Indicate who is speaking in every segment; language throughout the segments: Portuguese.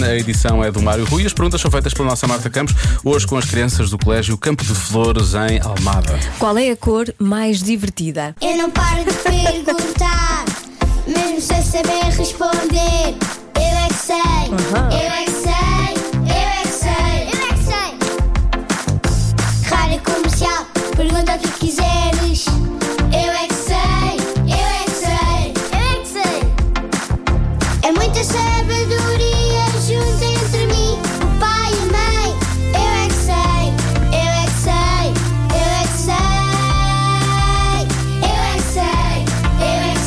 Speaker 1: A edição é do Mário Rui e as perguntas são feitas pela nossa Marta Campos, hoje com as crianças do Colégio Campo de Flores, em Almada.
Speaker 2: Qual é a cor mais divertida?
Speaker 3: Eu não paro de perguntar, mesmo sem saber responder. Eu é que sei, eu é que sei, eu é que sei, eu é que sei. Rádio comercial, pergunta o que quiseres. Eu é que sei, eu é que sei, eu é que sei. É muita sabedoria junto entre mim, o pai e a mãe. Eu é que sei, eu é que sei, eu é que sei. Eu é que sei, eu é que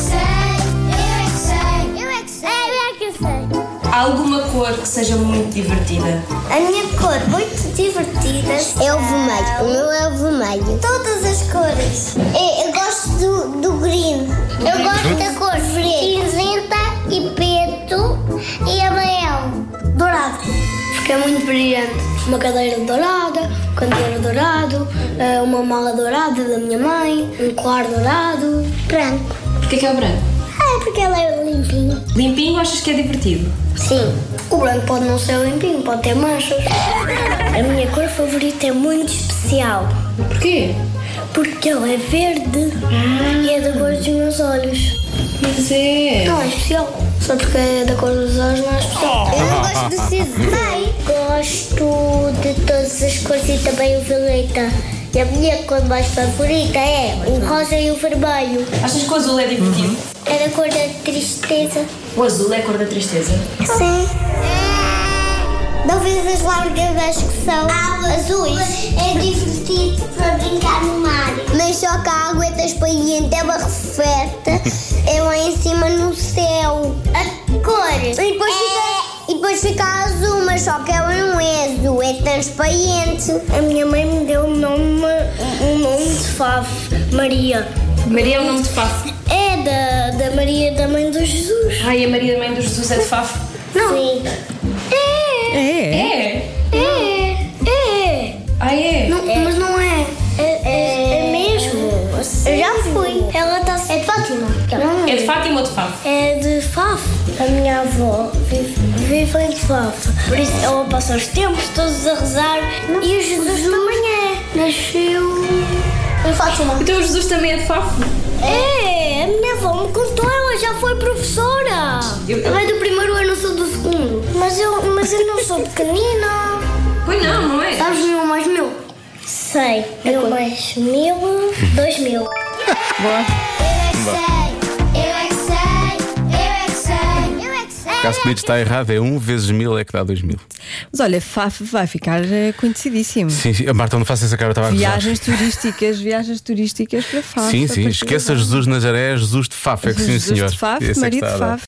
Speaker 3: sei, eu é que sei, eu é que sei, eu é que sei.
Speaker 4: Há alguma cor que seja muito divertida?
Speaker 3: A minha cor muito divertida é o vermelho. O meu é o vermelho. Todas as cores. Eu, gosto do, do green. Eu gosto da cor cinzenta e preto e amarelo. Dourado. Fica muito brilhante. Uma cadeira dourada, um candeeiro dourado, eh, uma mala dourada da minha mãe, um colar dourado. Branco.
Speaker 4: Porquê que é o branco?
Speaker 3: Ah, porque ela é limpinha.
Speaker 4: Limpinho achas que é divertido?
Speaker 3: Sim, o branco pode não ser limpinho, pode ter manchas. A minha cor favorita é muito especial,
Speaker 4: Porquê?
Speaker 3: porque ela é verde e é da cor dos meus olhos.
Speaker 4: Mas é...
Speaker 3: Não é especial, só porque é da cor dos olhos não é especial. Eu não gosto de cinza. Mãe, gosto de todas as cores e também o violeta. E a minha cor mais favorita é o rosa e o vermelho.
Speaker 4: Achas que o azul é divertido?
Speaker 3: É da cor da tristeza.
Speaker 4: O azul é a cor da tristeza?
Speaker 3: Sim. Não vês as lárgadas que são azuis? É divertido para brincar no mar. Mas só que a água é transparente, ela reflete, é lá em cima no céu. A cor? é E depois, fica, e depois fica azul, mas só que ela não é azul, é transparente. A minha mãe me deu um nome, um nome de fave, Maria.
Speaker 4: Maria é o nome de Fafo.
Speaker 3: É da, da Maria, da mãe do Jesus.
Speaker 4: Ai, a Maria Mãe do Jesus é de Fafo?
Speaker 3: Não. Sim.
Speaker 2: É.
Speaker 4: É?
Speaker 3: É, é.
Speaker 4: Ah, é?
Speaker 3: Não, Mas não é. É, mesmo? Eu já fui. Ela está É de Fátima. Não.
Speaker 4: É de Fátima ou de Fafo?
Speaker 3: É de Fafo. A minha avó vive, vive em Fafo. Por isso ela passa os tempos todos a rezar. E o Jesus também é. Nasceu em Fátima.
Speaker 4: Então o Jesus também é de Fafo?
Speaker 3: É, a minha avó me contou, ela já foi professora.
Speaker 4: Eu-
Speaker 3: Ela é do primeiro ano, eu sou do segundo. Mas eu, mas eu não sou pequenina.
Speaker 4: Pois não, não é?
Speaker 3: Sabes meu mais mil? É Sei. Meu mais mil, dois mil. Eu é que sei, eu é que sei, eu é que sei, eu é que sei.
Speaker 1: Caso pedido está errado, é 1 vezes 1000 é que dá 2000.
Speaker 2: Mas olha, Faf vai ficar eh, conhecidíssimo.
Speaker 1: Sim, sim. Marta, não faça essa cara, eu estava a gozar.
Speaker 2: Viagens turísticas, viagens turísticas para Faf.
Speaker 1: Sim,
Speaker 2: a
Speaker 1: sim,
Speaker 2: partir
Speaker 1: esqueça Jesus de Nazaré, Jesus de Faf, é que sim,
Speaker 2: Jesus
Speaker 1: senhor.
Speaker 2: de Faf,
Speaker 1: Esse é que
Speaker 2: marido
Speaker 1: está
Speaker 2: de
Speaker 1: a dar.
Speaker 2: Faf.